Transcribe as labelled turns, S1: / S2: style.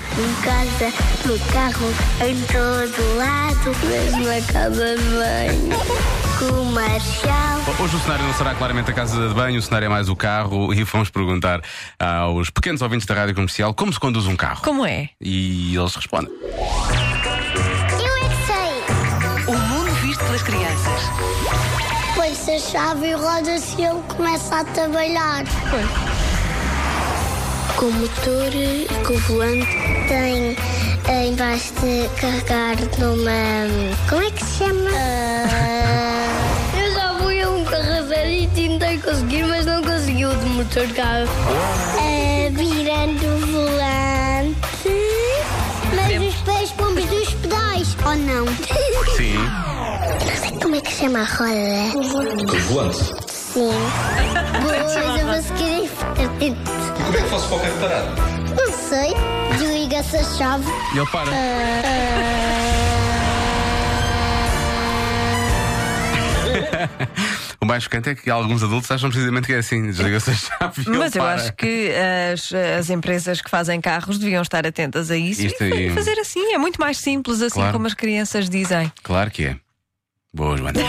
S1: Em casa, no carro, em todo lado, mesmo a casa de banho. Com o Marcial.
S2: Hoje o cenário não será claramente a casa de banho, o cenário é mais o carro e vamos perguntar aos pequenos ouvintes da rádio comercial como se conduz um carro.
S3: Como é?
S2: E eles respondem.
S1: Eu é que sei.
S3: O mundo visto pelas crianças.
S1: Põe-se a chave e roda se ele começa a trabalhar.
S3: Pois.
S1: Com motor e com volante. Tem embaixo de carregar numa. Como é que se chama? Eh, Eu já fui a um carrasseiro e tentei conseguir, mas não consegui o de motor carro. virando o volante. Mas os pés pomos dos pedais, ou não?
S2: Sim.
S1: Não sei como é que chama a roda.
S4: Voante.
S1: Sim. Boas, eu vou seguir em frente.
S4: Como é que fosse qualquer parado?
S1: Não sei. Desliga-se a chave.
S2: E ele para. O mais chocante é que alguns adultos acham precisamente que é assim. Desliga-se a chave. e ele
S3: Mas eu
S2: para.
S3: acho que as, as empresas que fazem carros deviam estar atentas a isso
S2: Isto
S3: e fa-
S2: aí.
S3: fazer assim. É muito mais simples, assim
S2: Claro.
S3: como as crianças dizem.
S2: Claro que é. Boa, Joana.